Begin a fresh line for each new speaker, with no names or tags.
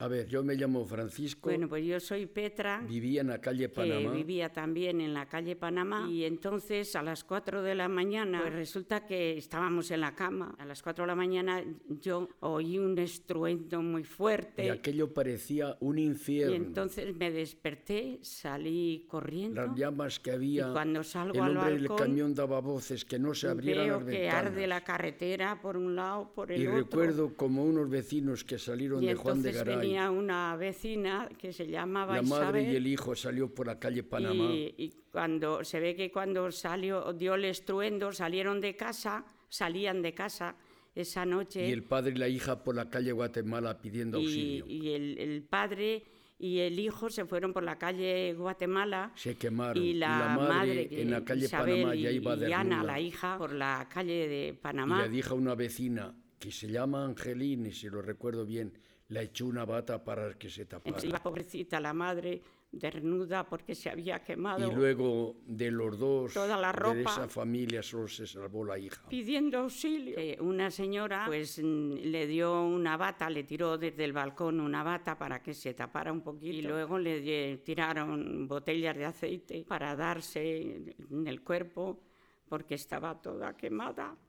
A ver, yo me llamo Francisco,
Bueno, pues yo soy Petra,
vivía en la calle
que
Panamá.
vivía también en la calle Panamá, y entonces a las 4 de la mañana, pues resulta que estábamos en la cama. A las 4 de la mañana yo oí un estruendo muy fuerte.
Y aquello parecía un infierno.
Y entonces me desperté, salí corriendo.
las llamas que había.
Y cuando salgo
el
al
hombre del
balcón,
camión daba voces que no se abrieran
Veo
las
que
ventanas.
arde la carretera por un lado, por el
y
otro.
recuerdo como unos vecinos que salieron
y
de Juan de
entonces
Garay,
venía una vecina que se llamaba
la madre
Isabel.
y el hijo salió por la calle Panamá.
y, y cuando se ve que cuando salió, dio el estruendo, salieron de casa, salían de casa esa noche.
Y el padre y la hija por la calle Guatemala pidiendo
y-
auxilio.
y el- el padre y el hijo se fueron por la calle Guatemala.
se quemaron.
Y la,
madre,
que-
en la calle
Isabel
Panamá
y,
ya iba
y
de
Ana,
ruda.
la hija, por la calle de
Y
Panamá.
le dijo a una vecina que se llama Angelina, y si lo recuerdo bien, la echó una bata para que se tapara.
Entonces iba pobrecita la madre, dernuda porque se había quemado,
Y luego de los dos,
Toda la
de
ropa.
esa familia, solo se salvó la hija.
pidiendo auxilio. Eh, una señora pues mm, le dio una bata, le tiró desde el balcón una bata para que se tapara un poquito y luego le eh, tiraron botellas de aceite para darse en el cuerpo porque estaba toda quemada.